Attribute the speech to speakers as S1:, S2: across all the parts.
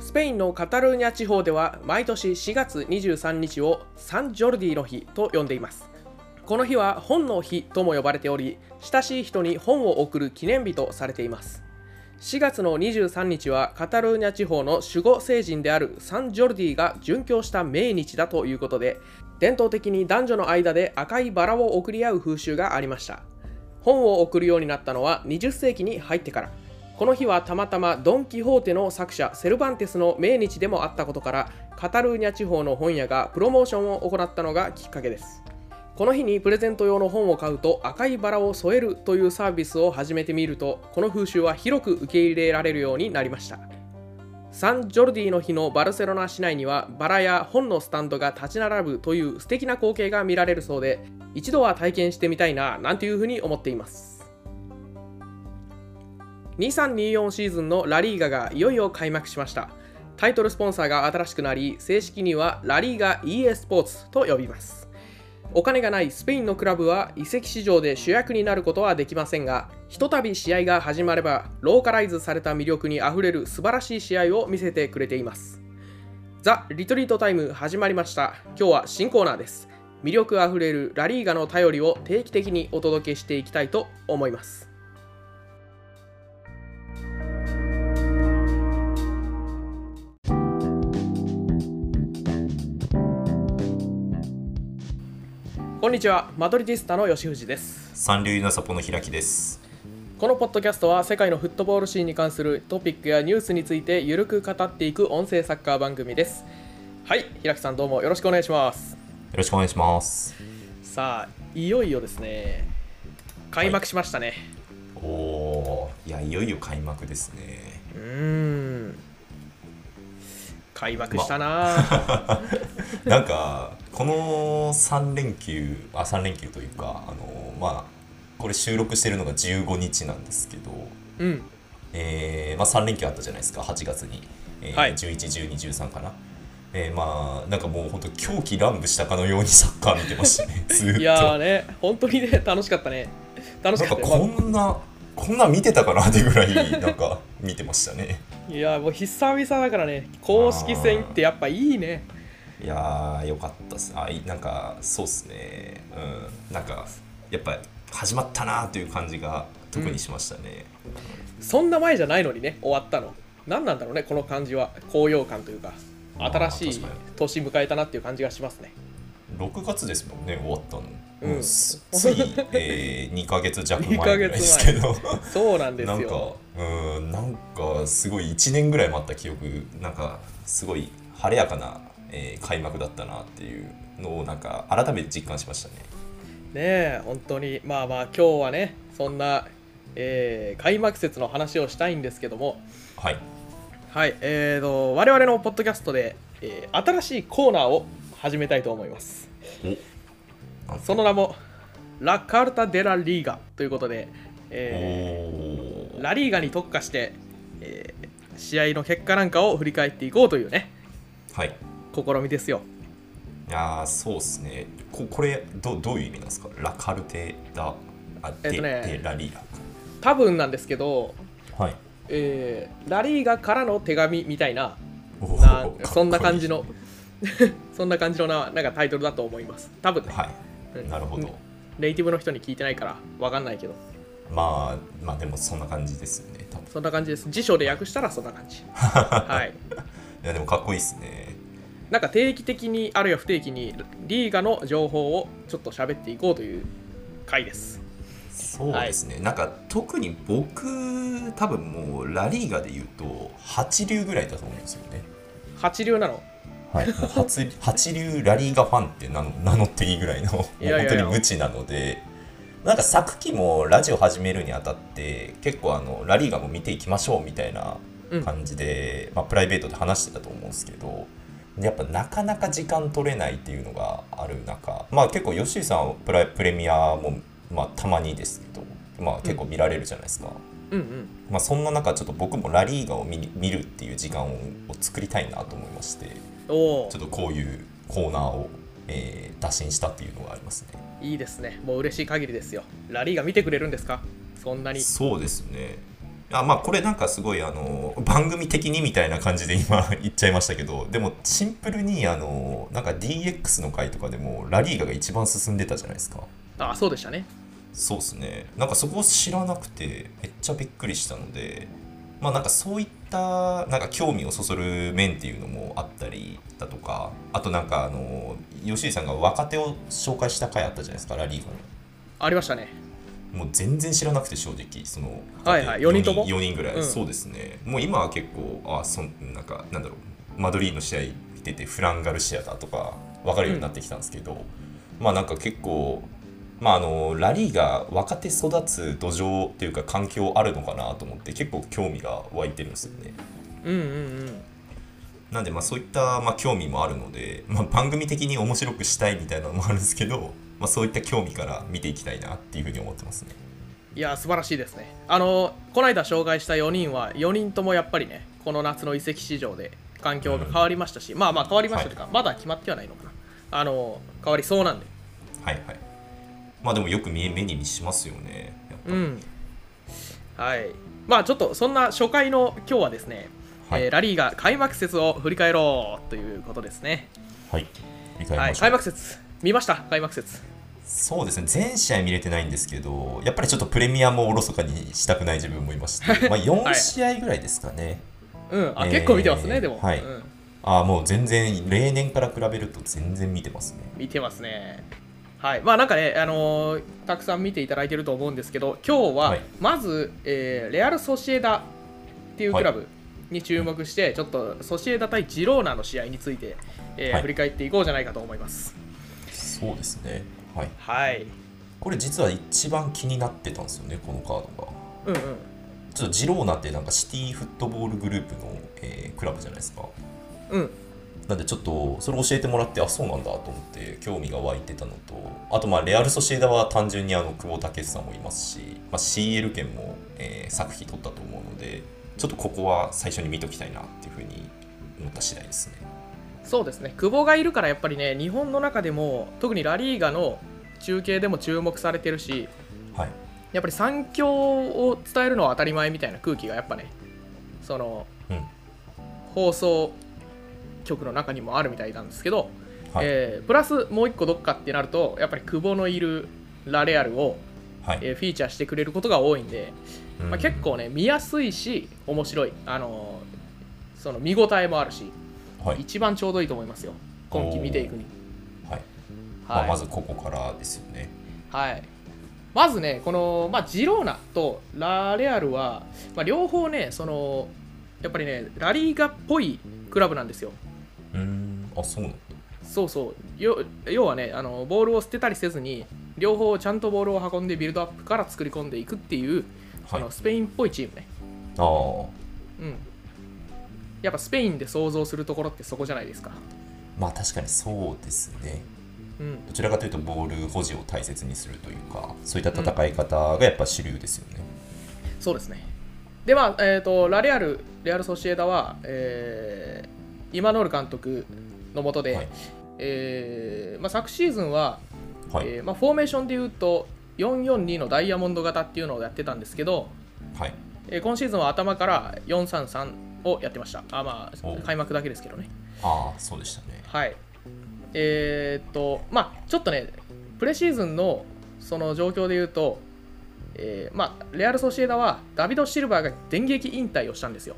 S1: スペインのカタルーニャ地方では毎年4月23日をサン・ジョルディの日と呼んでいますこの日は本の日とも呼ばれており親しい人に本を贈る記念日とされています4月の23日はカタルーニャ地方の守護聖人であるサン・ジョルディが殉教した命日だということで伝統的に男女の間で赤いバラを贈り合う風習がありました本を贈るようになったのは20世紀に入ってからこの日はたまたまドン・キホーテの作者セルバンテスの命日でもあったことからカタルーニャ地方の本屋がプロモーションを行ったのがきっかけですこの日にプレゼント用の本を買うと赤いバラを添えるというサービスを始めてみるとこの風習は広く受け入れられるようになりましたサン・ジョルディの日のバルセロナ市内にはバラや本のスタンドが立ち並ぶという素敵な光景が見られるそうで一度は体験してみたいななんていうふうに思っています2324シーズンのラリーガがいよいよ開幕しましたタイトルスポンサーが新しくなり正式にはラリーガ EA スポーツと呼びますお金がないスペインのクラブは移籍市場で主役になることはできませんがひとたび試合が始まればローカライズされた魅力にあふれる素晴らしい試合を見せてくれていますザ・リトリートタイム始まりました今日は新コーナーです魅力あふれるラリーガの頼りを定期的にお届けしていきたいと思いますこんにちはマドリディスタの吉藤です
S2: 三流稲サポの開きです
S1: このポッドキャストは世界のフットボールシーンに関するトピックやニュースについてゆるく語っていく音声サッカー番組ですはい平木さんどうもよろしくお願いします
S2: よろしくお願いします
S1: さあいよいよですね開幕しましたね、
S2: おおーいやいよいよ開幕ですね
S1: うーん開幕したなあ、
S2: なんかこの3連休あ三連休というかあのまあこれ収録してるのが15日なんですけど、
S1: うん
S2: えーまあ、3連休あったじゃないですか8月に、えー
S1: はい
S2: 11、12、13かな、えー、まあなんかもう本当狂気乱舞したかのように サッカー見てました ねずーっと
S1: いやーね本当にね楽しかったね楽し
S2: なん
S1: か
S2: か
S1: ったよ
S2: こんなこんな見てたかなっていうぐらいなんか見てましたね
S1: いやーもう久々だからね公式戦ってやっぱいいね
S2: いやーよかったっすあいなんかそうっすねうんなんかやっぱ始まったなーという感じが特にしましたね、
S1: そんな前じゃないのにね、終わったの。何なんだろうね、この感じは。高揚感というか、
S2: あー
S1: 新しい
S2: 確かに
S1: 年迎えたなっていう感じがしますね。
S2: 6月ですもんね終わったの、
S1: うん
S2: もすつい、え2ヶ月弱前
S1: 2
S2: ぐ
S1: ヶ
S2: らい
S1: 月前
S2: ですけど
S1: そうなんです
S2: なんか
S1: よ。
S2: うんなんかすごい1年ぐらい待った記憶なんかすごい晴れやかな、えー開幕だったなっていうのをなんか改めて実感しましたね
S1: ねえ、本当に、まあまあ、今日はね、そんな、えー開幕節の話をしたいんですけども、
S2: はい
S1: はい、えーと、我々のポッドキャストで、えー新しいコーナーを始めたいと思います。その名も、ラ・カルタ・デ・ラ・リーガということで、
S2: お
S1: えー
S2: おー
S1: ラリーガに特化して、えー試合の結果なんかを振り返っていこうというね
S2: はい
S1: 試みですよ
S2: いやーそうっすねここれどどういう意味なんですかラカルテダあ
S1: えっ
S2: で、
S1: とね
S2: でラリー
S1: 多分なんですけど、
S2: ラはい
S1: えーラリーガからの手紙みたいな
S2: おー
S1: な
S2: かっこいい
S1: そんな感じの そんな感じのななんかタイトルだと思います多分ね、
S2: はい、
S1: うん
S2: なるほど、
S1: ネイティブの人に聞いてないからわかんないけど
S2: まあまあでもそんな感じですよね多分
S1: そんな感じです辞書で訳したらそんな感じはい
S2: いやでもかっこいいっすね
S1: なんか定期的にあるいは不定期にリーガの情報をちょっと喋っていこうという回です
S2: そうですね、なんか特に僕多分もうラリーガで言うと八流ぐらいだと思うんですよね
S1: 八流なの
S2: はい、もう 初八流ラリーガファンって名の名乗っていいぐらいのもう
S1: いやい
S2: 本
S1: や
S2: 当
S1: いや
S2: に無知なのでなんか昨期もラジオ始めるにあたって結構あのラリーガも見ていきましょうみたいな
S1: うん
S2: 感じで、まあ、プライベートで話してたと思うんですけどやっぱなかなか時間取れないっていうのがある中まあ結構吉井さんはプライプレミアも、まあ、たまにですけど、まあ、結構見られるじゃないですか。
S1: うんうん
S2: まあ、そんな中ちょっと僕もラリーガを見に見るっていう時間をを作りたいなと思いまして。
S1: おお
S2: ちょっとこういうコーナーを、えー打診したっていうのがありますね。
S1: いいですねもう嬉しい限りですよラリーが見てくれるんですかそんなに
S2: そうですね。あまあこれなんかすごいあの番組的にみたいな感じで今 言っちゃいましたけどでもシンプルにあのなんか DX の回とかでもラリーガが一番進んでたじゃないですか
S1: あそうでしたね
S2: そうですねなんかそこを知らなくてめっちゃびっくりしたのでまあなんかそういったなんか興味をそそる面っていうのもあったりだとかあとなんかあの吉井さんが若手を紹介した回あったじゃないですかラリーガの。
S1: ありましたね
S2: もう全然知らなくて正直その
S1: はいはい四人とも
S2: 4人ぐらい、
S1: うん
S2: そうですねもう今は結構あそんなんかなんだろうマドリードの試合見ててフランガルシアだとか分かるようになってきたんですけど、まあなんか結構まああのラリーが若手育つ土壌っていうか環境あるのかなと思って結構興味が湧いてるんですよね
S1: うんうんうん
S2: なんでまあそういったまあ興味もあるので、 まあ、番組的に面白くしたいみたいなのもあるんですけど、まあ、そういった興味から見ていきたいなっていうふうに思ってますね
S1: いや素晴らしいですねあのこの間紹介した4人は4人ともやっぱりねこの夏の移籍市場で環境が変わりましたし、まあまあ変わりましたというか、まだ決まってはないのかなあの変わりそうなんで
S2: はいはい。まあでもよく見え目にしますよね。やっぱり
S1: うんはいまあちょっとそんな初回の今日はですね、
S2: はい
S1: えーラリーが開幕節を振り返ろうということですね
S2: はい。理解
S1: はい
S2: ましょう
S1: 開幕節見ました開幕節
S2: そうですね。全試合見れてないんですけど、やっぱりちょっとプレミアもおろそかにしたくない自分もいまして、まあ4試合ぐらいですかね。
S1: うんあ、
S2: えー
S1: 結構見てますねでも、
S2: はい
S1: うん、
S2: ああもう全然例年から比べると全然見てますね。
S1: 見てますねはいまあなんかね、あのーたくさん見ていただいてると思うんですけど今日は
S2: はい
S1: まず、えーレアル・ソシエダっていうクラブに注目して、ちょっとソシエダ対ジローナの試合について、えー
S2: はい
S1: 振り返っていこうじゃないかと思います
S2: そうですね。はい。
S1: はい
S2: これ実は一番気になってたんですよね。このカードが。
S1: うんうん
S2: ちょっとジローナってなんかシティフットボールグループの、えークラブじゃないですか。
S1: うん
S2: なんでちょっとそれ教えてもらってあそうなんだと思って興味が湧いてたのとあとまあレアル・ソシエダは単純にあの久保建英さんもいますし、まあ、CL 権も、えー作品取ったと思うのでちょっとここは最初に見ときたいなっていうふうに思った次第ですね。
S1: そうですね久保がいるからやっぱりね日本の中でも特にラリーガの中継でも注目されてるし
S2: はい、
S1: やっぱり三強を伝えるのは当たり前みたいな空気がやっぱねその
S2: うん
S1: 放送局の中にもあるみたいなんですけど、
S2: はい
S1: えープラスもう一個どっかってなるとやっぱり久保のいるラレアルを、
S2: はい
S1: えーフィーチャーしてくれることが多いんで、まあ、結構
S2: ね、
S1: ね見やすいし面白い、あのーその見応えもあるし
S2: はい
S1: 一番ちょうどいいと思いますよ今季見ていくに、
S2: はいま
S1: は
S2: あ、
S1: い
S2: まずここからですよね。
S1: はい、まずね、この、まあ、ジローナとラ・レアルは、まあ、両方ねその、やっぱりね、ラリーガっぽいクラブなんですよ。
S2: うーんあそうなんだ
S1: そうそうよ要はねあの、ボールを捨てたりせずに、両方ちゃんとボールを運んでビルドアップから作り込んでいくっていう、そ
S2: はい
S1: のスペインっぽいチームね。
S2: あー
S1: うんやっぱスペインで想像するところってそこじゃないですか。
S2: まあ確かにそうですね。
S1: うん、
S2: どちらかというとボール保持を大切にするというかそういった戦い方がやっぱ主流ですよね。
S1: そうですね。で、まあ、えー、とラレアル、レアル・ソシエダは、えー、イマノール監督のもとで、
S2: はい
S1: えーまあ、昨シーズンは、
S2: はい、
S1: えーまあ、フォーメーションでいうと442のダイヤモンド型っていうのをやってたんですけど、
S2: はい、
S1: えー今シーズンは頭から433をやってました。あま
S2: お
S1: あ、開幕だけですけどね。
S2: ああそうでしたね。
S1: はい。えーっと、まあ、ちょっとね、プレシーズンのその状況で言うと、えーまあ、レアル・ソシエダはダビド・シルバーが電撃引退をしたんですよ。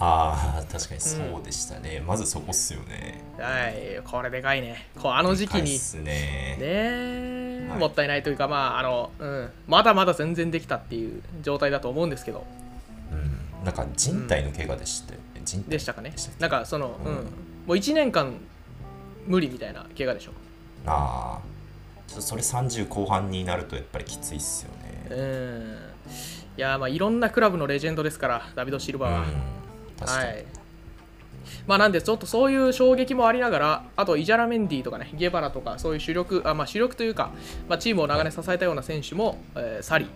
S2: ああ確かにそうでしたね。まずそこっすよね。
S1: はい、これでかいね。こうあの時期
S2: でかい
S1: に
S2: っ、すね
S1: ねー
S2: はい
S1: もったいないというか、まああのうん、まだまだ全然できたっていう状態だと思うんですけど、
S2: うん。なんか人体の怪我でしたよね。人体
S1: でしたかね
S2: でしたっ。け
S1: なんか、その、うん
S2: うん
S1: もう1年間無理みたいな怪我でしょ。
S2: ああちょっとそれ30後半になるとやっぱりきついっすよ
S1: う
S2: ね。
S1: ん。いやー、まあ、いろんなクラブのレジェンドですから、ダビド・シル
S2: う
S1: バー
S2: ん
S1: は。
S2: 確か
S1: は
S2: に、
S1: い。まあなんでちょっとそういう衝撃もありながら、あとイジャラメンディとかね、ゲバラとか、そういう主力、あまあ、主力というか、まあ、チームを長年支えたような選手も、えー去り、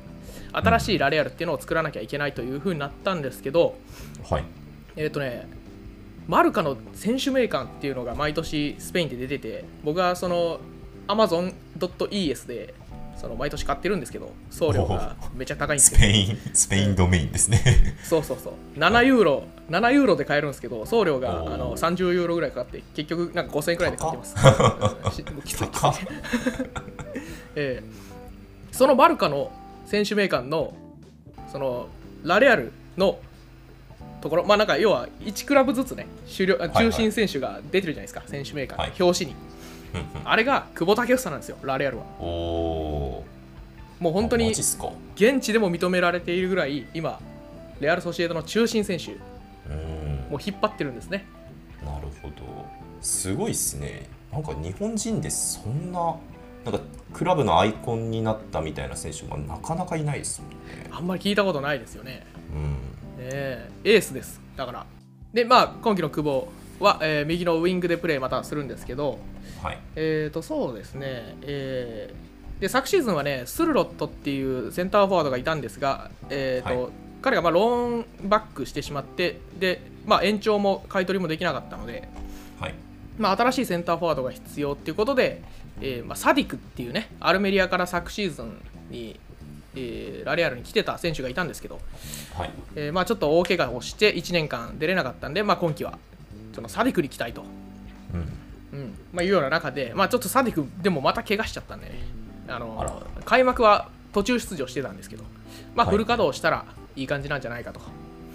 S1: 新しいラレアルっていうのを作らなきゃいけないというふうになったんですけど、
S2: はい。
S1: えっ、とね、マルカの選手名鑑っていうのが毎年スペインで出てて、僕はその Amazon.es で、その毎年買ってるんですけど送料がめちゃ高いんで
S2: ス
S1: すよ
S2: ペイン、スペインドメインですね。
S1: そうそうそう7ユーロ7ユーロで買えるんですけど送料が
S2: おー
S1: あの30ユーロぐらいかかって結局なんか5000円くらいで買ってます しもうきついきつい
S2: 高っ
S1: ええそのマルカの選手名鑑のそのラレアルのところまあなんか要は1クラブずつね終了あ
S2: はい
S1: 中心選手が出てるじゃないですか、選手名鑑、
S2: はい
S1: 表紙に
S2: うんうん
S1: あれが久保建英なんですよラレアルは
S2: おー。
S1: もう本当
S2: あ
S1: に
S2: マジっすか。う
S1: 現地でも認められているぐらい今レアル・ソシエダの中心選手
S2: ーん。
S1: もう引っ張ってるんですね
S2: なるほど。すごいっすね。なんか日本人でそんな、なんかクラブのアイコンになったみたいな選手もなかなかいないですもんね。
S1: あんまり聞いたことないですよね
S2: うん。
S1: ねえエースですだからでまあ今季の久保は、えー右のウイングでプレーまたするんですけど
S2: はい。
S1: えー、とそうですね、えーで昨シーズンはねスルロットっていうセンターフォワードがいたんですが、えーと
S2: は
S1: 彼がまあローンバックしてしまってで、まあ、延長も買い取りもできなかったので、
S2: はい。
S1: まあ、新しいセンターフォワードが必要っていうことで、えーまあ、サディクっていうねアルメリアから昨シーズンに、えーラレアルに来てた選手がいたんですけど、
S2: はい。
S1: えーまあ、ちょっと大怪我をして1年間出れなかったんで、まあ、今季はそのサディクに期待と。
S2: うん。
S1: うんまあ、いうような中で、まあ、ちょっとサディクでもまた怪我しちゃったんでねあの
S2: あら
S1: 開幕は途中出場してたんですけど、まあ、
S2: はい
S1: フル稼働したらいい感じなんじゃないかと、は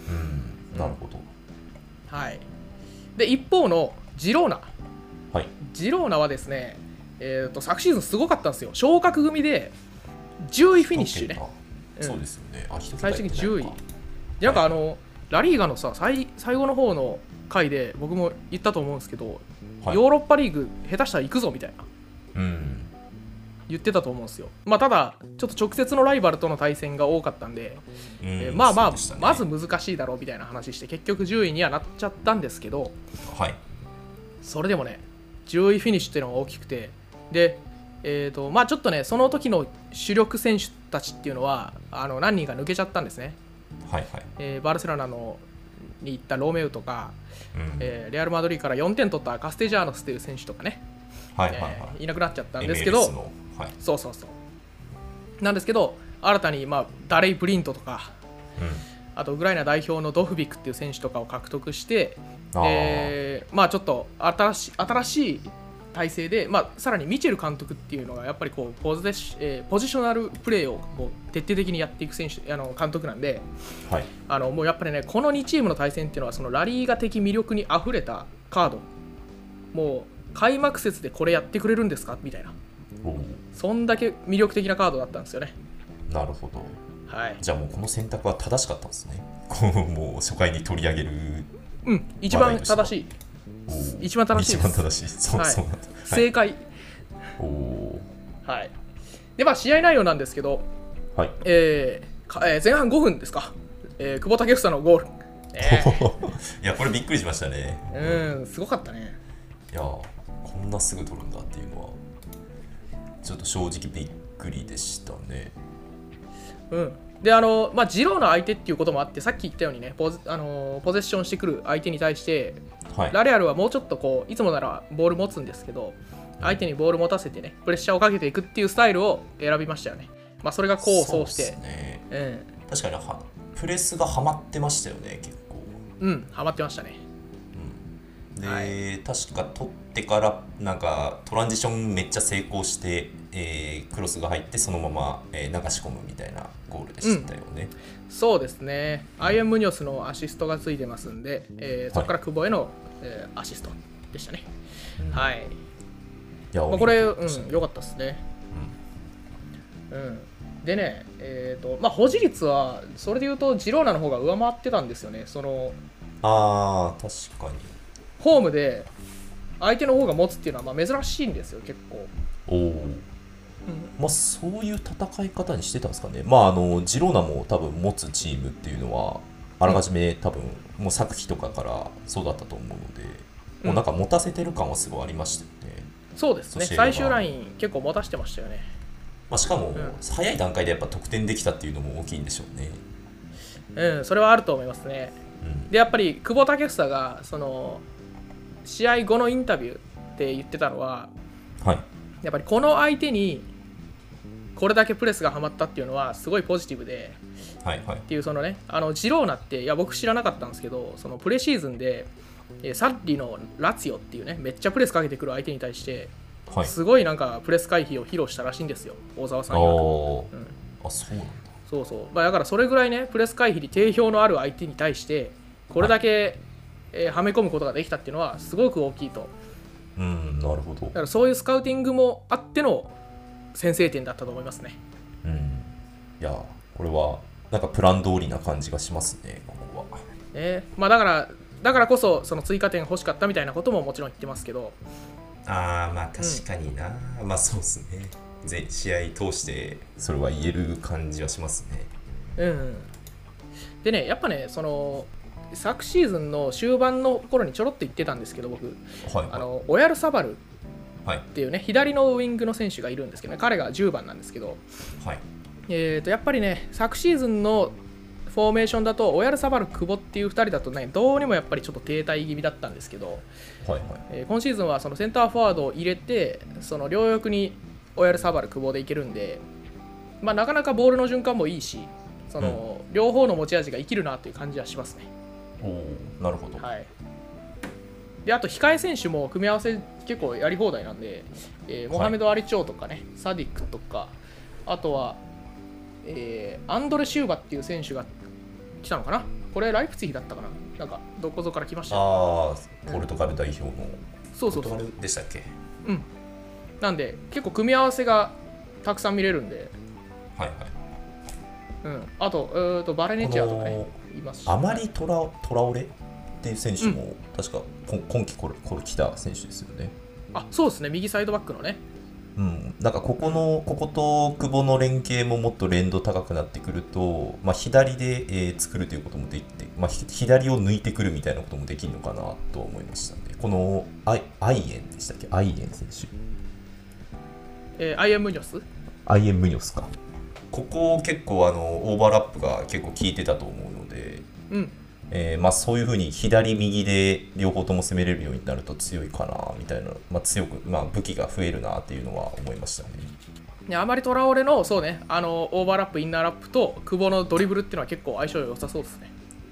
S2: うん。なるほど。
S1: いで一方のジローナ
S2: はい。
S1: ジローナはですね、えー、と昨シーズンすごかったんですよ昇格組で10位フィニッシュね
S2: 一
S1: うん
S2: 桁そうですよね。あ、一桁
S1: 最終的に
S2: いっ
S1: 10位
S2: てないのか
S1: でなんかあのラリーガのさ最最後の方の回で僕も言ったと思うんですけど、
S2: はい
S1: ヨーロッパリーグ下手したら行くぞみたいな
S2: うん。
S1: 言ってたと思うんですよ。まあ、ただ、ちょっと直接のライバルとの対戦が多かったんで、
S2: うん
S1: えーまあまあ、
S2: そうでしたね
S1: まず難しいだろうみたいな話して、結局10位にはなっちゃったんですけど、
S2: はい。
S1: それでもね、10位フィニッシュっていうのが大きくて、で、えーとまあ、ちょっとね、その時の主力選手たちっていうのは、あの何人か抜けちゃったんですね。
S2: はいはい。
S1: えーバルセロナのに行ったロメウとか、
S2: うん
S1: えーレアル・マドリーから4点取ったカステジャーノスっていう選手とかね、
S2: はいはい
S1: え
S2: は
S1: ーいなくなっちゃった
S2: い。
S1: んですけど、
S2: MLS のはい。
S1: そうそうそうなんですけど新たにまあダレイ・ブリントとか
S2: うん
S1: あとウクライナ代表のドフビクっていう選手とかを獲得して
S2: あー
S1: でまあちょっと新し新しい体制で、まあ、さらにミチェル監督っていうのがやっぱりこうポゼシ、えーポジショナルプレーをこう徹底的にやっていく選手あの監督なんで
S2: はい。
S1: あのもうやっぱりねこの2チームの対戦っていうのはそのラリーガ的魅力にあふれたカードもう開幕節でこれやってくれるんですかみたいな
S2: おー
S1: そんだけ魅力的なカードだったんですよね。
S2: なるほど。
S1: はい、
S2: じゃあもうこの選択は正しかったんですね。 こうもう初回に取り上げる。
S1: うん、一
S2: 話
S1: 番
S2: 題として
S1: 正
S2: は
S1: しい、
S2: おー
S1: 一番正しい
S2: 一
S1: です
S2: 番正しい。そう、
S1: はい
S2: そうなんだ。はい。
S1: 正解、
S2: おお
S1: はいでまあ、試合内容なんですけど、
S2: ー。はい。
S1: えーかえー前半5分ですか、えー久保建英のゴール、ね
S2: いやこれびっくりしましたね。
S1: うん、すごかったね。
S2: いやこんなすぐ取るんだっていうのはちょっと正直びっくりでしたね。
S1: うんであのまあ、ジローの相手っていうこともあってさっき言ったようにねポゼあのーポゼッションしてくる相手に対して
S2: はい。
S1: ラレアルはもうちょっとこういつもならボール持つんですけど相手にボール持たせてねプレッシャーをかけていくっていうスタイルを選びましたよね、まあ、それが功を奏し
S2: そう
S1: て
S2: っすね
S1: う,、
S2: 確かにはプレスがはまってましたよね結構、
S1: ん、うん、ハマってましたね
S2: うん、で、
S1: は
S2: 確か取ってからなんかトランジションめっちゃ成功して、えークロスが入ってそのまま、えー流し込むみたいなゴールでしたよね、
S1: そうですね、アイエン・ムニョスのアシストがついてますんで、えーそこから久保への、えーアシストでしたね。
S2: うん
S1: はい、
S2: いや
S1: まあ、これ、
S2: お見事
S1: う
S2: でした
S1: ん、
S2: ね
S1: 良かったですね。うん、でね、えーとまあ、保持率は、それでいうと、ジローナの方が上回ってたんですよね、その
S2: あー確かに
S1: ホームで相手の方が持つっていうのはまあ珍しいんですよ、結構。
S2: おおまあそういう戦い方にしてたんですかねまああのジローナも多分持つチームっていうのはあらかじめ多分もう作費とかからそうだったと思うので、もうなんか持たせてる感はすごいありましたよね、
S1: そうですね、
S2: ソシエダは
S1: 最終ライン、結構持たせてましたよね。
S2: まあ、しかも
S1: ん
S2: 早い段階でやっぱ得点できたっていうのも大きいんでしょうね。
S1: うん、それはあると思いますね。
S2: うん、
S1: でやっぱり久保建英がその試合後のインタビューで言ってたのは
S2: はい。
S1: やっぱりこの相手にこれだけプレスがハマったっていうのはすごいポジティブで
S2: はいはい
S1: っていうそのねあのジローナっていや僕知らなかったんですけどそのプレシーズンでえーサッリのラツィオっていうねめっちゃプレスかけてくる相手に対して
S2: はい
S1: すごいなんかプレス回避を披露したらしいんですよ大沢さん
S2: あ
S1: 曰く
S2: ー
S1: うん
S2: あそうなんだ
S1: そうそう、まあ、だからそれぐらいねプレス回避に定評のある相手に対してこれだけ、えーはめ込むことができたっていうのはすごく大きいと
S2: うんなるほ
S1: だ
S2: ど
S1: からそういうスカウティングもあっての先制点だったと思いますね
S2: うんいやこれはなんかプラン通りな感じがしますねここは
S1: ねまあだからだからこそその追加点欲しかったみたいなことももちろん言ってますけど
S2: あーまあ確かにな、まあそうですねぜ試合通してそれは言える感じはしますね
S1: うんうんでねやっぱねその昨シーズンの終盤の頃にちょろっと言ってたんですけど僕
S2: はい
S1: あのオヤルサバルっ
S2: はい
S1: ていうね左のウイングの選手がいるんですけどね彼が10番なんですけど
S2: はい
S1: えー、とやっぱりね昨シーズンのフォーメーションだとオヤルサバル久保っていう2人だとねどうにもやっぱりちょっと停滞気味だったんですけど、
S2: はいはい
S1: えー今シーズンはそのセンターフォワードを入れてその両翼にオヤルサバル久保でいけるんで、まあ、なかなかボールの循環もいいしその、両方の持ち味が生きるなという感じはしますね。
S2: おおなるほど、
S1: はい、であと控え選手も組み合わせ結構やり放題なんで、えーモハメド・アリチョウとかね、サディックとかあとは、えーアンドレ・シューバっていう選手が来たのかなこれライプツィヒだったかななんかどこぞから来ました
S2: ああポルトガル代表の
S1: そうそうそ
S2: ポル
S1: う
S2: トガルでしたっけ
S1: うんなんで結構組み合わせがたくさん見れるんで、
S2: はいはい
S1: うん、あと,、えーとバレネチアとかね
S2: こ
S1: いますし
S2: あまりトラトラオレっていう選手も、確かこ今季これこれ来た選手ですよね
S1: あそうですね右サイドバックのね
S2: うん、なんかここのここと久保の連携ももっと連動高くなってくると、まあ、左で、えー作るということもできて、まあ、ひ左を抜いてくるみたいなこともできるのかなとは思いましたね。このアイアイエンでしたっけアイエン選手
S1: えーアイアン・ムニョス
S2: アイエン・ムニョスかここ結構あのオーバーラップが結構効いてたと思うので、
S1: うん
S2: えーまあ、そういうふうに左右で両方とも攻めれるようになると強いかなみたいな、まあ、強く、まあ、武器が増えるなっていうのは思いましたね。
S1: ね、あまりトラオレのそうねあのオーバーラップインナーラップと久保のドリブルっていうのは結構相性良さそうですね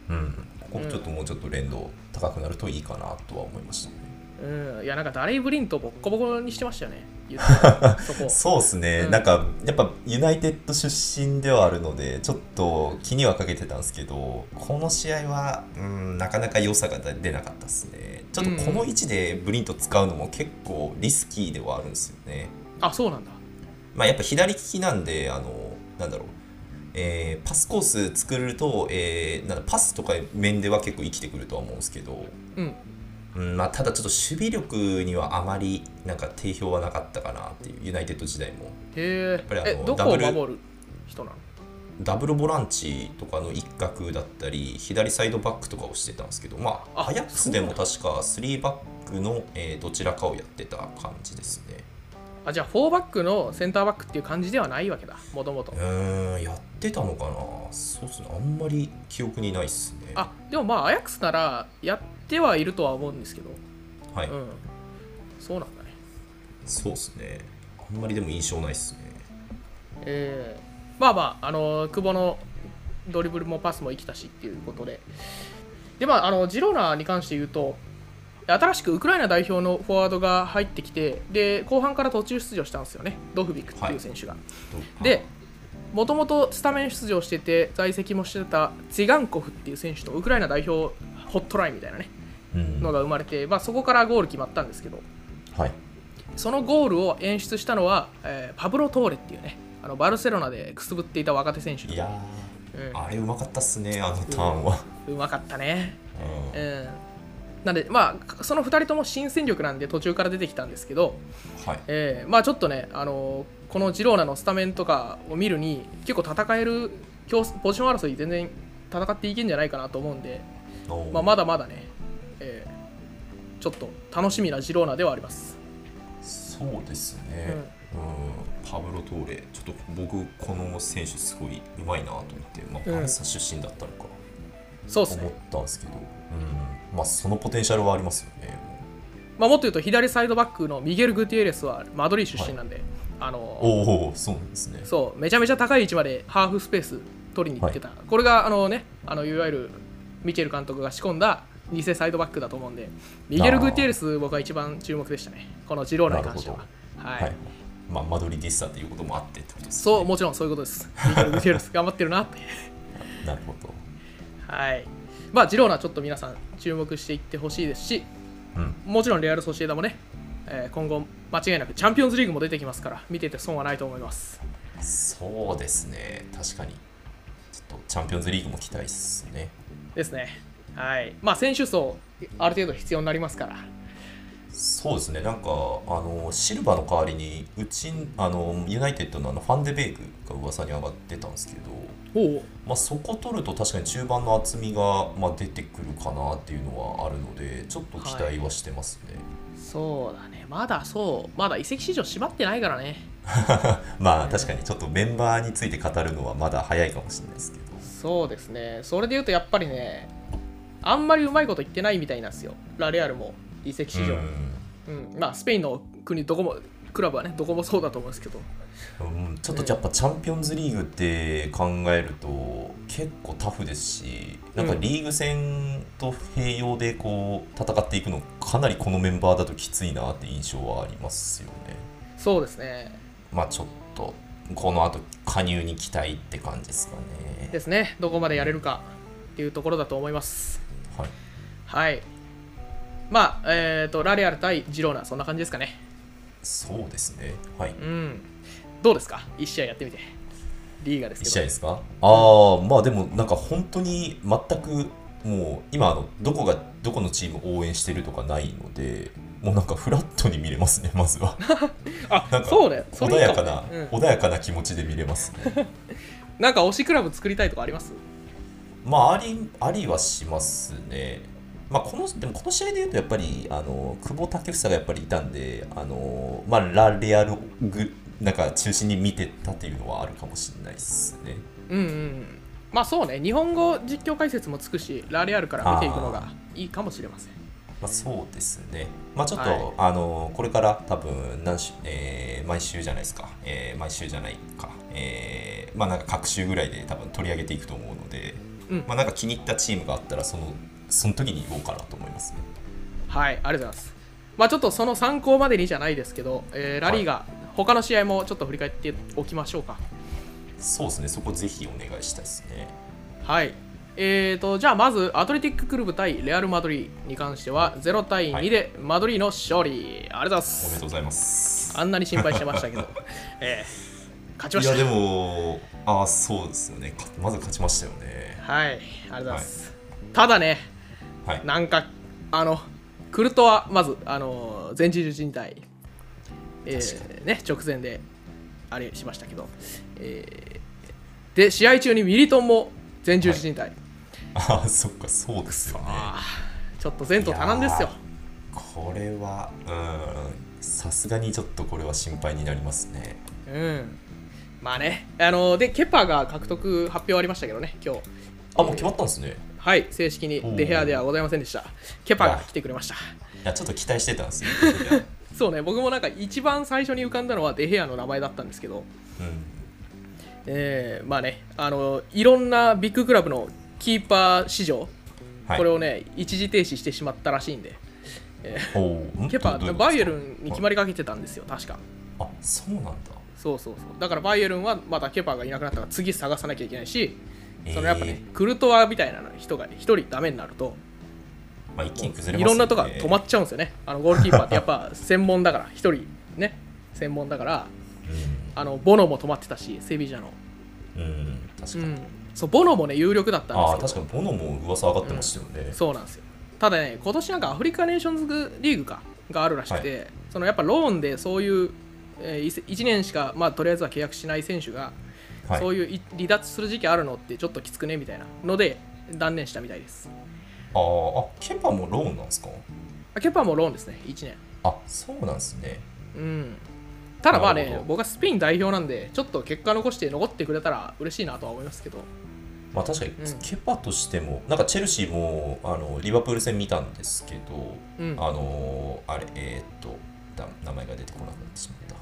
S2: うん、ここちょっともうちょっと連動高くなるといいかなとは思いましたね。
S1: うんいやなんかダレイ・ブリントボッコボコにしてましたよね言って たそこ
S2: そうですね、
S1: うん
S2: なんかやっぱユナイテッド出身ではあるのでちょっと気にはかけてたんですけどこの試合は、うん、なかなか良さが出なかったですねちょっとこの位置でブリント使うのも結構リスキーではあるんですよね、
S1: あそうなんだ
S2: まあ、やっぱ左利きなんであのなんだろうえーパスコース作ると、えーなんだパスとか面では結構生きてくるとは思うんですけど
S1: うん
S2: うんまあ、ただちょっと守備力にはあまりなんか定評はなかったかなっていうユナイテッド時代も
S1: へ
S2: ぱり
S1: え
S2: あの
S1: えどこを
S2: ダブル
S1: 守る人なの
S2: ダブルボランチとかの一角だったり左サイドバックとかをしてたんですけどま
S1: あ
S2: あアヤックスでも確か3バックの、えーどちらかをやってた感じですね
S1: あじゃあ4バックのセンターバックっていう感じではないわけだもともと
S2: うーんやってたのかなそうっすねあんまり記憶にないっすね
S1: あでもまあアヤックスならやってはいるとは思うんですけど
S2: はい、
S1: うんそうなんだね
S2: そうっすねあんまりでも印象ないっすね
S1: えーまあまあ、あの久保のドリブルもパスも生きたしっていうことで、でまあ、あのジローナに関して言うと、新しくウクライナ代表のフォワードが入ってきて、で後半から途中出場したんですよね、ドフビクっていう選手が。で、もともとスタメン出場してて、在籍もしてたツィガンコフっていう選手とウクライナ代表ホットラインみたいな、ね、
S2: うん
S1: の
S2: はい
S1: が生まれて、まあ、そこからゴール決まったんですけど、
S2: はい
S1: そのゴールを演出したのは、えーパブロ・トーレっていうね、あのバルセロナでくすぶっていた若手選手
S2: いや
S1: うん
S2: ーあれうまかったっすねあのターンは、
S1: うまかったね。
S2: うん
S1: うん、なんで、まあ、その2人とも新戦力なんで途中から出てきたんですけど、
S2: はい
S1: えーまあ、ちょっとね、あのーこのジローナのスタメンとかを見るに、結構戦える競争ポジション争い、全然戦っていけんじゃないかなと思うんで、
S2: おー
S1: まあ、まだまだね、えーちょっと楽しみなジローナではあります。
S2: そうですね、うんパブロ・トーレ、ちょっと僕、この選手、すごいうまいなと思って、まあ、
S1: うん
S2: バルサ出身だったのか
S1: そうで
S2: と
S1: す
S2: 思っ
S1: ね、
S2: たんですけど、うんまあ、そのポテンシャルはありますよね。
S1: まあ、もっと言うと、左サイドバックのミゲル・グティエレスはマドリー出身なんで、あの
S2: おおそうなんですね
S1: そうめちゃめちゃ高い位置までハーフスペース取りに行ってた、これがあのねあのいわゆるミチェル監督が仕込んだ偽サイドバックだと思うんでミゲル・グティエルス僕は一番注目でしたねこのジローナに関しては
S2: なる
S1: はい、
S2: はいまあ、マドリディスタということもあってってことですね
S1: そうもちろんそういうことですミゲル・グティエルス頑張ってるなって
S2: なるほど
S1: はいまあジローナちょっと皆さん注目していってほしいですし
S2: うん
S1: もちろんレアル・ソシエダもね、えー今後間違いなくチャンピオンズリーグも出てきますから見てて損はないと思います
S2: そうですね確かにちょっとチャンピオンズリーグも期待ですね
S1: ですねはいまあ選手層ある程度必要になりますから
S2: そうですねなんかあのシルバーの代わりにうちあのユナイテッドのあのファンデベイクが噂に上がってたんですけど
S1: おお
S2: まあ、そこ取ると確かに中盤の厚みが、まあ、出てくるかなっていうのはあるのでちょっと期待はしてますね、
S1: そうだねまだそうまだ移籍市場縛ってないからね
S2: まあ確かにちょっとメンバーについて語るのはまだ早いかもしれないですけど
S1: そうですねそれで言うとやっぱりねあんまりうまいこと言ってないみたいなんですよラレアルも移籍市場、うんまあスペインの国どこもクラブはねどこもそうだと思うんですけど
S2: うん、うんちょっとやっぱチャンピオンズリーグって考えると結構タフですしなんかリーグ戦と併用でこう戦っていくのかなりこのメンバーだときついなって印象はありますよね。
S1: そうですね
S2: まあちょっとこの後加入に期待って感じですかね。
S1: ですねどこまでやれるかっていうところだと思います
S2: はい
S1: はいまあえっ、とラレアル対ジローナそんな感じですかね
S2: そうですね。はい。
S1: うんどうですか1試合やってみてリーガです
S2: 一
S1: け
S2: 試合
S1: ど
S2: ですか。ああ、まあでもなんか本当に全くもう今あのどこがどこのチームを応援してるとかないので、もうなんかフラットに見れますね。 まずはな
S1: あ
S2: んか
S1: そうだよそ
S2: 穏
S1: れいい
S2: や
S1: か
S2: か
S1: もね
S2: な
S1: うん、
S2: 穏やかな気持ちで見れますね。
S1: なんか推しクラブ作りたいとかあります
S2: まあありありはしますね。まあ、このでもこの試合でいうとやっぱりあの久保建英がやっぱりいたんであの、まあ、ラ・レアルグなんか中心に見てたっていうのはあるかもしれないですね。
S1: うんうんうんまあそうね日本語実況解説もつくしラレアルから見ていくのがいいかもしれません
S2: まあ、そうですね、まあ、ちょっと、
S1: はい
S2: あのこれから多分何週、えー毎週じゃないですか、えー毎週じゃないか、えーまあ、なんか各週ぐらいで多分取り上げていくと思うので、
S1: うん
S2: まあ、なんか気に入ったチームがあったらそのその時に言おうかなと思いますね。
S1: はいありがとうございますまあちょっとその参考までにじゃないですけど、えーラリーガ、他の試合もちょっと振り返っておきましょうか
S2: そうですね、そこぜひお願いしたいですね。
S1: はい。えー、とじゃあまずアトレティッククルブ対レアル・マドリーに関しては0対
S2: は
S1: 2
S2: い
S1: でマドリーの勝利、ありがとうございま
S2: おめですとうございます。
S1: あんなに心配してましたけ ど、えー勝ちました
S2: いや、でも、ああ、そうですよね、かまず勝ちましたよね。
S1: はいありがとうございます、ただね
S2: はい、
S1: なんかあのクルトはまずあの前十字靭帯、えーね、直前であれしましたけど、えーで試合中にミリトンも前十字靭帯、
S2: ああ、そっか、そうですよね。
S1: あーちょっと前途多難です
S2: い
S1: よ
S2: やこれはうんさすがにちょっとこれは心配になりますね
S1: うん。まあね、あので、ケパが獲得発表ありましたけどね、今日
S2: あもう決まったんですね
S1: はい、正式にデヘアではございませんでした。ケパが来てくれました。
S2: いやちょっと期待してたん ですよ、
S1: そうね、僕もなんか一番最初に浮かんだのはデヘアの名前だったんですけど、
S2: うん、
S1: えーまあね、あのいろんなビッグクラブのキーパー市場、
S2: はい
S1: これをね、一時停止してしまったらしいんで、
S2: おーん
S1: ケパ、
S2: どういうこと
S1: バイエルンに決まりかけてたんですよ、確か。
S2: あそうなんだ
S1: そうそうそうだからバイエルンはまたケパーがいなくなったから次探さなきゃいけないし
S2: えー
S1: そのやっぱね、クルトワみたいな人が一人ダメになると
S2: まあ一気に崩れ
S1: い
S2: ま
S1: ろ
S2: すよ
S1: ん
S2: ね
S1: なとこが止まっちゃうんですよねあのゴールキーパー ってやっぱ専門だから一人ね専門だからあのボノも止まってたしセビジャの、
S2: うん、うん、確か
S1: う
S2: に、
S1: ん、そうボノもね有力だった
S2: ああ
S1: ん
S2: ー
S1: です
S2: 確
S1: け
S2: か
S1: ど
S2: にボノも噂上がってましたよね、
S1: そうなんですよただね今年なんかアフリカネーションズリーグかがあるらしくて、そのやっぱローンでそういう、え1年しか、まあ、とりあえずは契約しない選手が
S2: はい
S1: そういうい離脱する時期あるのってちょっときつくねみたいなので断念したみたいです。
S2: あーあケパもローンなんですか
S1: あケパもローンですね、1年。
S2: あそうなんですね
S1: うん。ただまあ
S2: なる
S1: ね
S2: ほ、ど
S1: 僕はスペイン代表なんで、ちょっと結果残して残ってくれたら嬉しいなとは思いますけど、
S2: まあ確かに
S1: うん
S2: ケパとしても、なんかチェルシーもあのリバプール戦見たんですけど、
S1: うん
S2: あのーあれえーっとだ名前が出てこなくなってしまった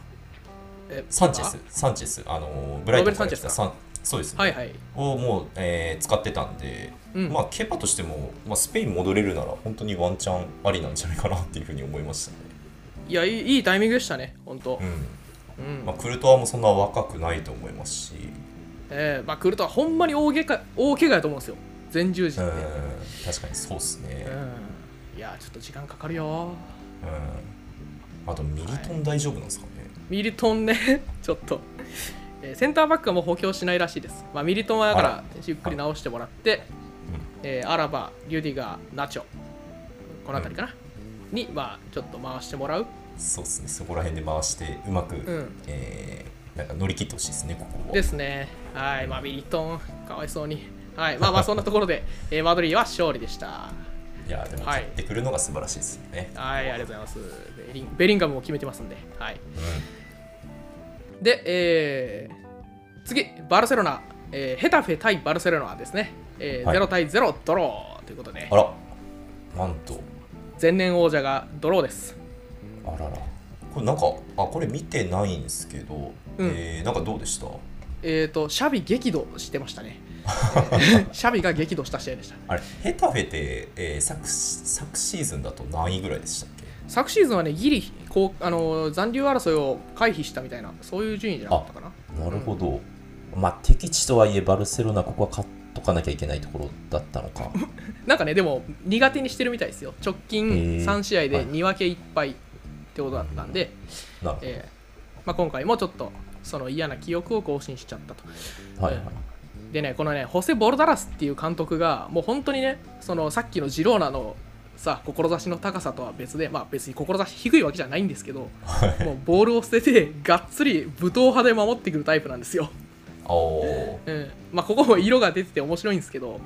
S1: え
S2: サンチェス、サンチェス、あのブライトンから来たサンそうです、ね
S1: はいはい
S2: をもう、えー使ってたんで、
S1: うん
S2: まあ、ケパとしても、まあ、スペイン戻れるなら本当にワンチャンありなんじゃないかなっていうふうに思いましたね。
S1: いやいいいいタイミングでしたね本当
S2: うん
S1: うん
S2: まあ、クルトワもそんな若くないと思いますし、
S1: えーまあクルトはほんまに大げか大怪我やと思うんですよ前十字
S2: う
S1: っ
S2: ん
S1: て、、
S2: 確かにそうですね
S1: う、んいやちょっと時間かかるよ
S2: うん、あとミリトン大丈夫なんですかね、
S1: ミリトンねちょっと、えーセンターバックはもう補強しないらしいです、まあ、ミリトンはだか
S2: あ
S1: らゆっくり直してもらって、えーアラバリュディガーナチョこの辺りかな、にまあちょっと回してもらう
S2: そうですねそこら辺で回してうまく、
S1: ん
S2: えーなんか乗り切ってほしいですねここを
S1: ですねはいまあミリトンかわいそうにはいまあまあそんなところで、えーマドリーは勝利でした
S2: いやでも
S1: はい
S2: 勝ってくるのが素晴らしいですよね、
S1: はいありがとうございますベリンベリンガムも決めてますんではい
S2: うん
S1: で、えー次、バルセロナ、えーヘタフェ対バルセロナですね、えー
S2: はい
S1: 0対0ドローということで
S2: あ、らなんと
S1: 前年王者がドローです。
S2: あららこれなんかあこれ見てないんですけど、
S1: うん
S2: えーなんかどうでした
S1: えー、とシャビ激怒してましたね。 シャビが激怒した試合でした。
S2: あれヘタフェって、えー昨昨シーズンだと何位ぐらいでしたっけ
S1: 昨シーズンはね、ギリこう、あのー残留争いを回避したみたいな、そういう順位じゃなかったかな。
S3: なるほど、まあ、敵地とはいえバルセロナここは勝っとかなきゃいけないところだったのか
S1: なんかね、でも苦手にしてるみたいですよ。直近
S3: へー
S1: 3試合
S3: は
S1: で
S3: い
S1: 2分け1敗ってことだったんで。
S3: なるほ
S1: えーまあ、今回もちょっとその嫌な記憶を更新しちゃったと。
S3: どはいはい
S1: でね、このね、ホセ・ボルダラスっていう監督が、もう本当にね、そのさっきのジローナのさ、志の高さとは別で、まあ別に志低いわけじゃないんですけど、もうボールを捨てて、がっつり武闘派で守ってくるタイプなんですよ。
S2: おー
S1: うん。まあここも色が出てて面白いんですけど、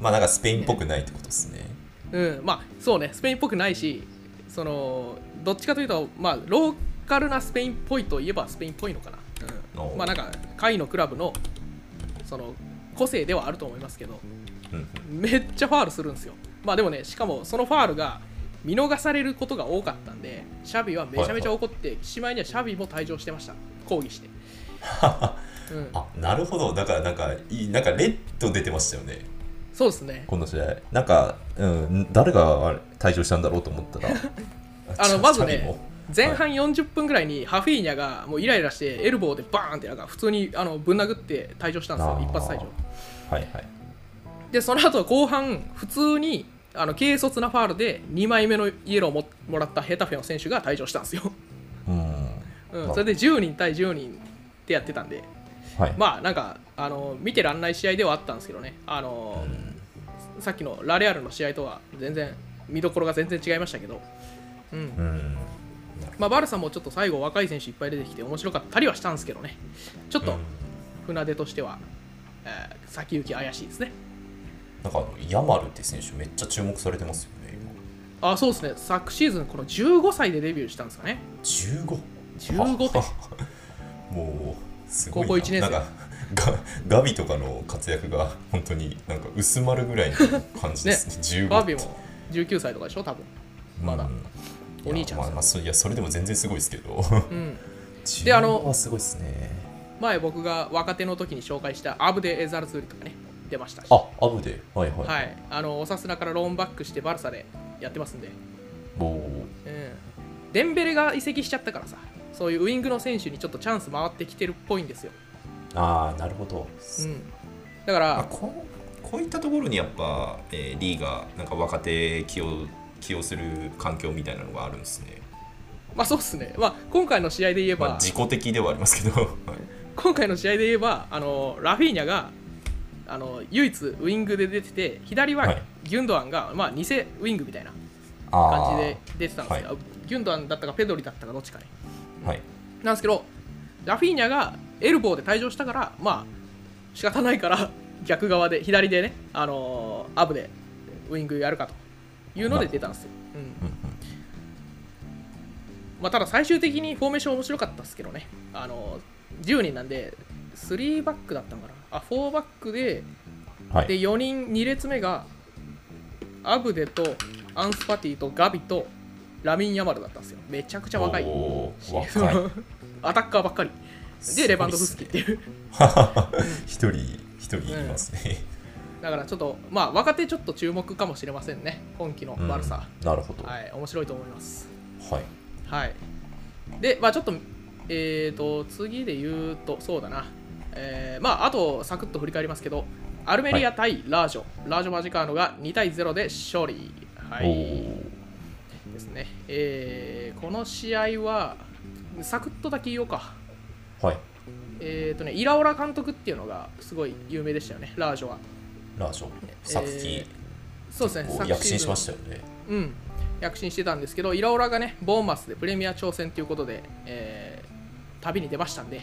S2: まあなんかスペインっぽくないってことですね
S1: うん、まあそうね、スペインっぽくないし、そのどっちかというと、まあ、ローカルなスペインっぽいといえばスペインっぽいのかな。
S2: お
S1: うん、まあなんか、下位のクラブのその個性ではあると思いますけど、
S2: うん
S1: めっちゃファールするんですよ。まあでもね、しかもそのファールが見逃されることが多かったんで、シャビはめちゃめちゃ怒って、しまいにはシャビも退場してました、抗議 して。うん、
S2: あなるほどだからなんかいいなんかレッド出てましたよね
S1: そうですね。
S3: この試合なんか、うん、誰があれ退場したんだろうと思 ったら
S1: あのまず
S2: チャビ
S1: ね
S2: も、
S1: 前半40分ぐらいにハフィーニャがもうイライラしてエルボーでバーンってなんか普通にあのぶん殴って退場したんですよ
S3: あ、ー
S1: 一発退場。
S3: はいはい
S1: で、その後後半、普通にあの軽率なファールで2枚目のイエローをももらったヘタフェの選手が退場したんですよ。
S3: うん
S1: うん、それで10人対10人ってやってたんで、
S3: はい、
S1: まあなんかあの見てらんない試合ではあったんですけどね、あの
S3: うん
S1: さっきのラレアルの試合とは全然見どころが全然違いましたけど、うん
S3: うん
S1: まあ、バルサもちょっと最後、若い選手いっぱい出てきて面白かったりはしたんですけどね、ちょっ
S2: う
S1: と
S2: ん
S1: 船出としては、えー先行き怪しいですね。
S2: なんかあのヤマルって選手めっちゃ注目されてますよね
S1: あそうですね昨シーズン、この15歳でデビューしたんですかね、
S2: 今
S1: 15
S2: 15
S1: 点
S2: もうすごいな
S1: 高校一年生
S2: なんかガガビとかの活躍が本当になんか薄まるぐらいの感じですね15
S1: バービーも19歳とかでしょ、多分まだ
S2: うん
S1: お兄ちゃんです
S2: いや,、まあまあ、そういやそれでも全然すごいですけど
S1: うん
S3: 15
S1: であの
S3: はすごいですね
S1: 前僕が若手の時に紹介したアブデ・エザルツーリとかね出ましたし、は
S3: あアブではいはい、
S1: い、あのおさすらからローンバックしてバルサでやってますんで、
S3: おー
S1: うん、デンベレが移籍しちゃったからさそういうウイングの選手にちょっとチャンス回ってきてるっぽいんですよ、
S3: ああなるほど、
S1: うん、だか
S2: まあ
S1: ら
S2: こうこういったところにやっぱ、えーリーがなんか若手起用起用する環境みたいなのがあるんですね、
S1: まあそうっすね、まあ、今回の試合で言えば、
S2: まあ、自己的ではありますけど はい
S1: 今回の試合で言えばあのラフィーニャがあの唯一ウイングで出てて左
S3: は
S1: はいギュンドアンが、まあ、偽ウイングみたいな
S3: あ
S1: 感
S3: ー
S1: じで出てたんですけど、ギュンドアンだったかペドリだったかどっちかね
S3: はい
S1: なんですけどラフィーニャがエルボーで退場したからまあ仕方ないから逆側で左でね、あのーアブでウイングやるかというので出たんですよ、うんまあ、ただ最終的にフォーメーション面白かったですけどね、あのー10人なんで3バックだったのかなあ4バックで
S3: は
S1: で
S3: い
S1: 4人2列目がアブデとアンス パティとガビとラミン・ヤマルだったんですよめちゃくちゃ若い
S2: おー
S1: そ
S2: 若い
S1: のアタッカーばっかり
S2: すごいっす
S1: で
S2: ね
S1: レバンドフスキっていう
S2: 一人一人いますね、
S1: だからちょっとまあ若手ちょっと注目かもしれませんね今季の
S3: うん
S1: 悪さ、
S3: なるほど。は。
S1: はいい面白いと思いますはいでまあちょっとえー、と次で言うとそうだなえーまああとサクッと振り返りますけどアルメリア対ラージョ、ラージョマジカーノが2対0で勝利は
S3: お
S1: い
S3: ー
S1: ですね、えーこの試合はサクッとだけ言おうか
S3: はい。
S1: えーとね、イラオラ監督っていうのがすごい有名でしたよね、ラージョは。
S3: ラージョ。
S2: 作品
S1: えそうですね、
S2: を
S1: 昨
S2: 躍進
S1: シーズン
S2: しましたよね
S1: うん、躍進してたんですけど、イラオラがね、ボーンマスでプレミア挑戦ということで、えー旅に出ましたんで、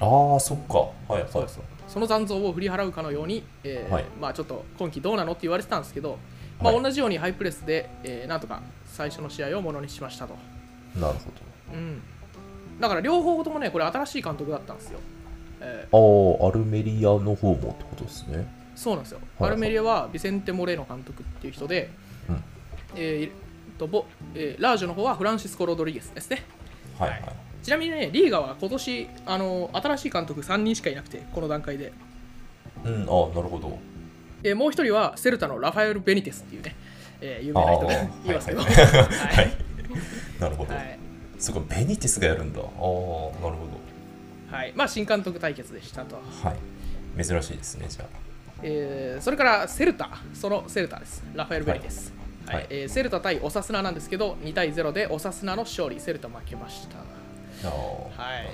S3: ああ、そっか。はいはい。
S1: そうそうその残像を振り払うかのように、えー
S3: はい
S1: まあ、ちょっと今季どうなのって言われてたんですけど、まあ、
S3: はい
S1: 同じようにハイプレスで、えーなんとか最初の試合をものにしましたと。
S3: なるほ
S1: うん、だから両方ともね、これ、新しい監督だったんですよ。えー
S3: ど。ああ、アルメリアの方もってことですね。
S1: そうなんですよ、
S3: はい
S1: アルメリアはビセンテ・モレーノ監督っていう人で、
S3: うん
S1: えーとボえーラージョの方はフランシスコ・ロドリゲスですね
S2: はい
S1: は
S2: はいい
S1: ちなみにねリーガは今年あの新しい監督3人しかいなくてこの段階で、
S3: うん、ああ、なるほど。
S1: えーもう一人はセルタのラファエル・ベニテスっていうね、えー有
S3: あ
S1: 名
S3: あ、
S1: な人
S3: は
S1: が
S3: い
S1: いますけど、
S3: は。
S1: はいい
S3: はい。なるほど
S1: は。い
S3: そこベニティスがやるんだ。ああ、なるほ
S1: はいまあ、新監督対決でしたと、
S2: は
S3: ど。
S2: いはい珍しいですねじゃ
S1: えーそれからセルタそのセルタですラファエル・ベニテス、は
S3: はいい
S1: えーセルタ対オサスナなんですけど2対0でオサスナの勝利セルタ負けました
S3: あ。あ
S1: は
S3: あ
S1: い。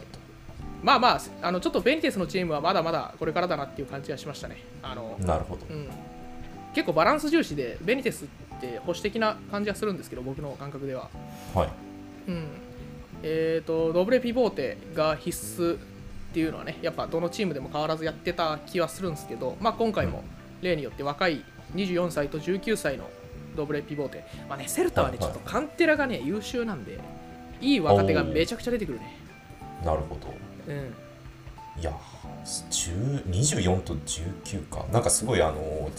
S1: まあまあ、あのちょっとベニテスのチームはまだまだこれからだなっていう感じがしましたね。あの
S3: なるほど
S1: う。ん、結構バランス重視で、ベニテスって保守的な感じがするんですけど、僕の感覚では。
S3: はい。
S1: うん、えっ、と、ドブレピボーテが必須っていうのはね、やっぱどのチームでも変わらずやってた気はするんですけど、まあ、今回も例によって若い24歳と19歳のドブレピボーテ、まあね、セルタはね、
S3: はいはい
S1: ちょっとカンテラがね、優秀なんで、いい若手がめちゃくちゃ出てくるね。
S3: なるほど。
S1: うん
S2: いや10 24と19かなんかすごいあの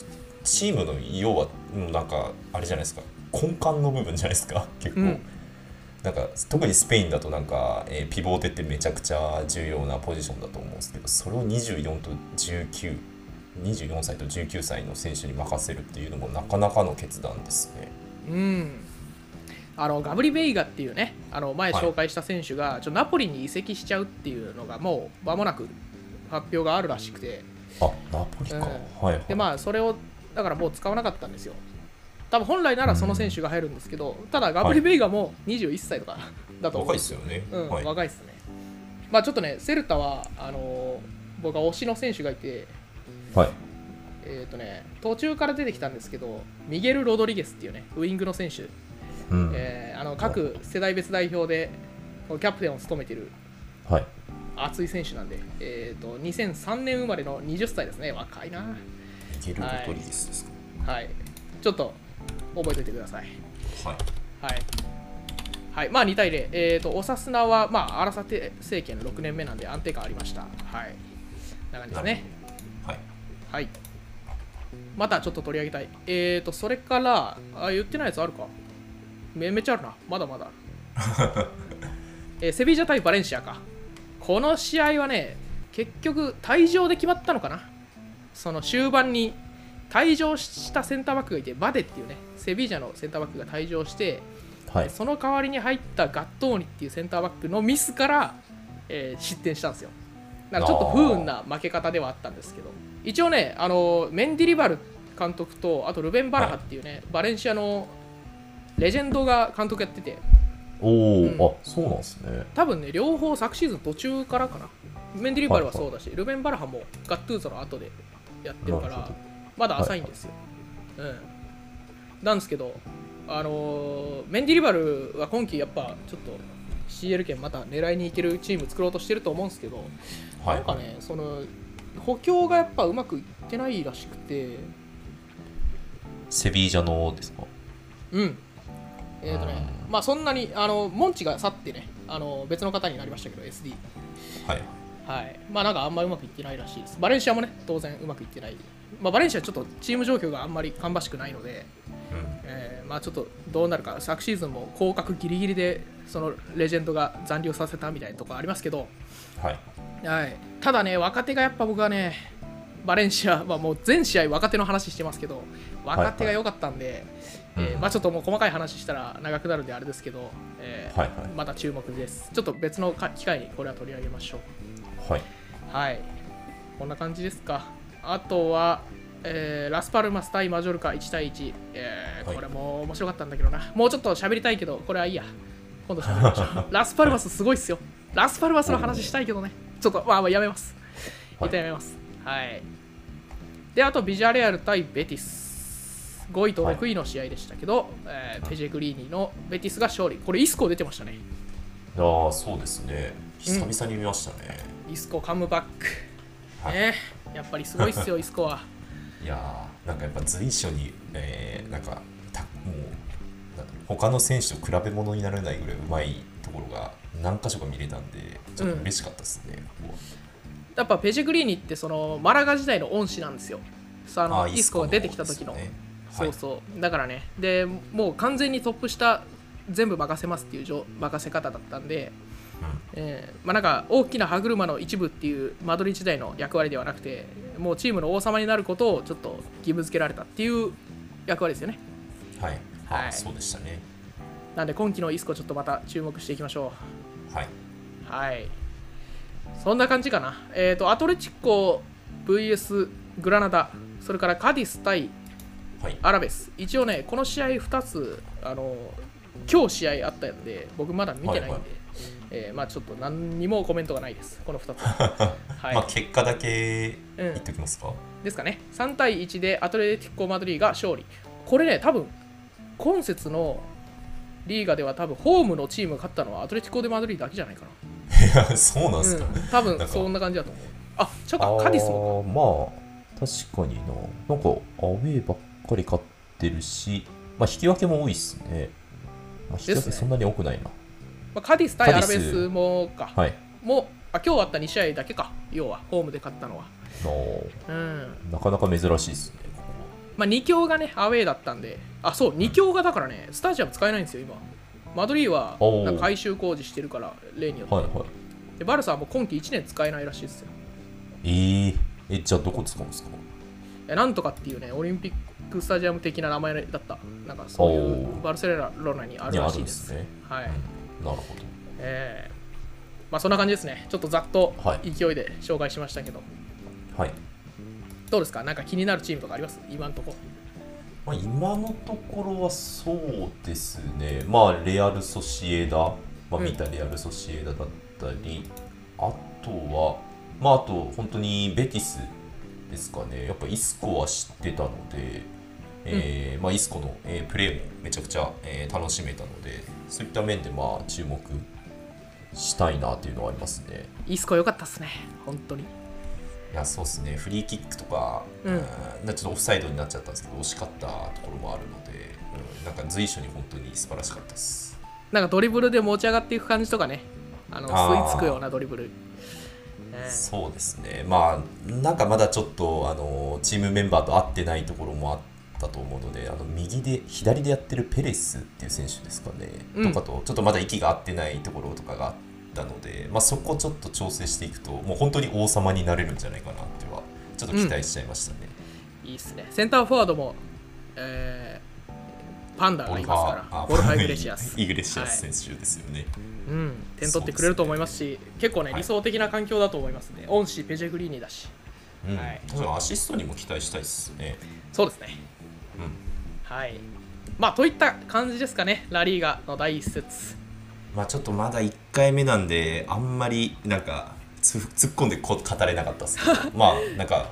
S2: チームの要はもうなんかあれじゃないですか根幹の部分じゃないですか 結構、
S1: うん
S2: なんか特にスペインだとなんか、えーピボーテってめちゃくちゃ重要なポジションだと思うんですけどそれを24と19 24歳と19歳の選手に任せるっていうのもなかなかの決断ですね。
S1: うん、あのガブリ・ベイガっていうねあの前紹介した選手が、ちょナポリに移籍しちゃうっていうのがもう間もなく発表があるらしくて
S3: あ、ナポリか。
S1: うん
S3: はいはい。
S1: でまあそれをだからもう使わなかったんですよ多分本来ならその選手が入るんですけど、ただガブリ・ベイガも21歳とかだと思うんで
S2: 若いです
S1: すよ
S2: よね。
S1: うん
S2: はい。
S1: 若いっすねまあちょっとねセルタはあの僕は推しの選手がいて
S3: はい。
S1: えっ、とね途中から出てきたんですけどミゲル・ロドリゲスっていうねウイングの選手
S3: うん。
S1: えーあの各世代別代表でこうキャプテンを務めている
S3: はい。
S1: 熱い選手なんで、えー、と2003年生まれの20歳ですね、若いな、
S2: いけるロドリゲスですか。
S1: はい、ちょっと覚えておいてください。
S2: はい。
S1: はいはいまあ、2対0、えー、とオサスナは、まあ、アラサテ政権6年目なんで安定感ありました。はい、こんな感じですね。
S2: はい。
S1: はい、またちょっと取り上げたい。えー、とそれからあ、言ってないやつあるかめめっちゃあるな、まだまだある。えーセビージャ対バレンシアか。この試合はね、結局退場で決まったのかな。その終盤に退場したセンターバックがいて、バデっていうね、セビージャのセンターバックが退場して、
S3: はい。
S1: その代わりに入ったガットーニっていうセンターバックのミスから、えー失点したんですよ。だからちょっと不運な負け方ではあったんですけど、一応ね、あのメンディリバル監督と、あとルベン・バラハっていうね、バレンシアのレジェンドが監督やってて、
S3: おー、
S1: う
S3: あ、そうなんですね。
S1: 多分ね、両方昨シーズン途中からかな、メンディリバルはそうだし、ルベン・バラハもガットゥーゾの後でやってるか
S3: なる
S1: ら
S3: ほど、
S1: まだ浅いんですよ。うん、なんですけど、あのーメンディリバルは今季やっぱちょっと CL 圏また狙いにいけるチーム作ろうとしてると思うんですけど、
S2: は
S1: なんか
S2: い。
S1: ね、その補強がやっぱうまくいってないらしくて、
S3: セビージャのですか。
S1: うん。えーとね
S3: う
S1: まあ、そんなにあのモンチが去ってねあの別の方になりましたけど SD、
S2: はい。
S1: はい、まあなんかあんまりうまくいってないらしいです。バレンシアもね、当然うまくいってない。まあ、バレンシアはちょっとチーム状況があんまり芳しくないので、
S2: うん。
S1: えーまあ、ちょっとどうなるか、昨シーズンも降格ギリギリで、そのレジェンドが残留させたみたいなところありますけど、
S2: はい
S1: はい、ただね、若手がやっぱ僕はね、バレンシア、まあ、もう全試合若手の話してますけど、若手が良かったんで、
S3: はいはい
S1: えー
S3: うん
S1: まあ、ちょっともう細かい話したら長くなるんであれですけど、えー
S3: はいはい
S1: また注目です。ちょっと別のか機会にこれは取り上げましょう。
S3: はい
S1: はい、こんな感じですか。あとは、えーラスパルマス対マジョルカ1対1、えー
S2: はい
S1: これも面白かったんだけどな、もうちょっと喋りたいけど、これはいいや、今度喋りましょう。 ラスパルマスすごいっすよ。ラスパルマスの話したいけどね、ちょっと、まあ、まあやめます。
S3: はい
S1: 一旦やめます。はい。で、あと、ビジャレアル対ベティス。5位と6位の試合でしたけど、えーペジェグリーニのベティスが勝利。これ、イスコ出てましたね。
S2: ああそうですね久々に見ましたね、
S1: イスコカムバック。
S2: はい
S1: ね、やっぱりすごいっすよ、イスコは。
S2: いやーなんかやっぱ随所に、えーなんかたもうなんか他の選手と比べ物にならないぐらいうまいところが何箇所か見れたんでちょっと嬉しかったですね、僕は
S1: やっぱペジェグリーニってそのマラガ時代の恩師なんですよさあの
S2: あー
S1: イスコが出てきた時の
S2: イスコもです
S1: そ
S2: ね
S1: うそう、だからねでもう完全にトップ下全部任せますっていうじょ任せ方だったんで、えーまあ、なんか大きな歯車の一部っていうマドリー時代の役割ではなくてもうチームの王様になることをちょっと義務付けられたっていう役割ですよね
S2: はい、はいあー
S1: はい
S2: そうでしたね
S1: なんで今季のイスコちょっとまた注目していきましょ
S2: はいう
S1: はいそんな感じかなえっ、とアトレチッコ VS グラナダそれからカディス対
S2: はい
S1: アラベス一応ねこの試合2つあの今日試合あったんで僕まだ見てないんで、
S2: はいはい
S1: えーまあちょっと何にもコメントがないですこの2つ はい、
S2: まあ結果だけ
S1: うん
S2: 言っときますか、
S1: ですかね3対1でアトレティコ・マドリーが勝利これね多分今節のリーガでは多分ホームのチームが勝ったのはアトレティコ・デ・マドリーだけじゃないか
S2: い やそうなん
S1: な、
S2: す
S1: うん
S2: か、、
S1: 多
S2: な
S1: 分
S2: んか
S1: そんな感じだと思うあちょっ
S3: あ
S1: とカディスも
S3: ーまあ確かにななんかアウェーばっかり勝ってるし、まあ、引き分けも多いっすね、まあ、引き分
S1: で
S3: け
S1: すね
S3: そんなに多くないな、
S1: まあカディス対ア
S3: カ
S1: ラ
S3: ディ
S1: ベ
S3: ス
S1: スもか、
S3: はい
S1: もうあ今日あった2試合だけか要はホームで勝ったのは
S3: あ
S1: うん
S3: ーなかなか珍しいっすねこ
S1: まあ、2強がね、アウェーだったんで、あ、そう、2強がだからね、スタジアム使えないんですよ、今。マドリーは
S3: おー
S1: なんか改修工事してるから、例によって。
S3: こはいはい
S1: でバルサはもう今季1年使えないらしいですよ。
S3: えー、えじゃあどこ使うんですか
S1: えなんとかっていうね、オリンピックスタジアム的な名前だった、なんかそうい
S3: お
S1: う
S3: ー
S1: バルセロナにあ
S3: に
S1: る
S3: あ
S1: ら
S3: る
S1: しい
S3: ん
S1: で。
S3: ですすね、
S1: はい。
S3: うんなるほ
S1: えーまあそんな感じですね。ちょっとざっと
S3: はい
S1: 勢いで紹介しましたけど、
S3: どはい
S1: どうですかなんか気になるチームとかあります今んとこ。
S3: まあ、今のところはそうですね、まあ、レアル・ソシエダ、まあ、
S1: うん
S3: 見たレアル・ソシエダだったり、あとは、まあ、あと本当にベティスですかね、やっぱイスコは知ってたので、えーまあ、イスコの、えープレーもめちゃくちゃ、えー楽しめたので、そういった面で、まあ、注目したいなというのはありますね。
S1: イスコ良かったっすね、本当に。
S2: いやそうですねフリーキックとか、
S1: うん
S2: うんちょっとオフサイドになっちゃったんですけど惜しかったところもあるので、うんなんか随所に本当に素晴らしかったです
S1: なんかドリブルで持ち上がっていく感じとかね、あの
S2: あー
S1: 吸い付くようなドリブル。ね
S2: そうですね、まあ、なんかまだちょっとあのチームメンバーと合ってないところもあったと思うので、あの右で、左でやってるペレスっていう選手ですかね、
S1: うん
S2: とかと、ちょっとまだ息が合ってないところとかがあったので、まあ、そこちょっと調整していくと、もう本当に王様になれるんじゃないかなっては、ちょっと期待しちゃいましたね。
S1: いいっすね。センターフォワードも、えーパンダがいますから、ボ
S2: ボ
S1: ル
S2: ル
S1: フ
S2: ハ
S1: ァイ
S2: ー
S1: グレシアス。
S2: イグレシアス
S1: はい
S2: 選手ですよね。
S1: うん、点取ってくれると思いますし、結構ね、
S2: はい
S1: 理想的な環境だと思いますね。恩師、ペジェグリーニだし。
S2: うん
S1: はい
S2: 確かにアシストにも期待したいですね。
S1: そうですね。
S2: うん
S1: はい。まあ、といった感じですかね、ラリーガの第一節。
S2: まあちょっとまだ1回目なんであんまりなんかつ突っ込んでこ語れなかったです けどまあなんか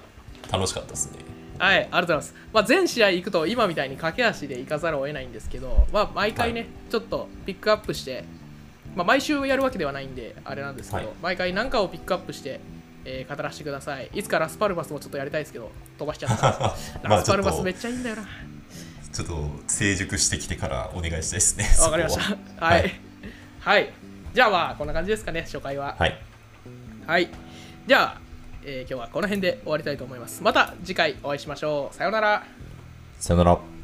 S2: 楽しかったですね
S1: はい、ありがとうございます。まあ、全試合行くと、今みたいに駆け足で行かざるを得ないんですけど、まあ、毎回ね、
S2: は
S1: ちょっとピックアップして、まあ、毎週やるわけではないんで、あれなんですけど、
S2: はい
S1: 毎回何かをピックアップして、えー語らせてください。いつかラスパルマスもちょっとやりたいですけど、飛ばしちゃった。
S2: ま
S1: ラ
S2: あ
S1: ス
S2: ち
S1: パ
S2: ょっ
S1: ルマス
S2: と
S1: めっちゃいいんだよな。
S2: ちょっと成熟してきてからお願いしたいですね
S1: わかりまし
S2: そこ
S1: た。はい。はい。じゃあまあ、こんな感じですかね、初回は。
S2: ははい
S1: はい。じゃあ、えー今日はこの辺で終わりたいと思います。また次回お会いしましょう。さようなら。
S3: さよなら。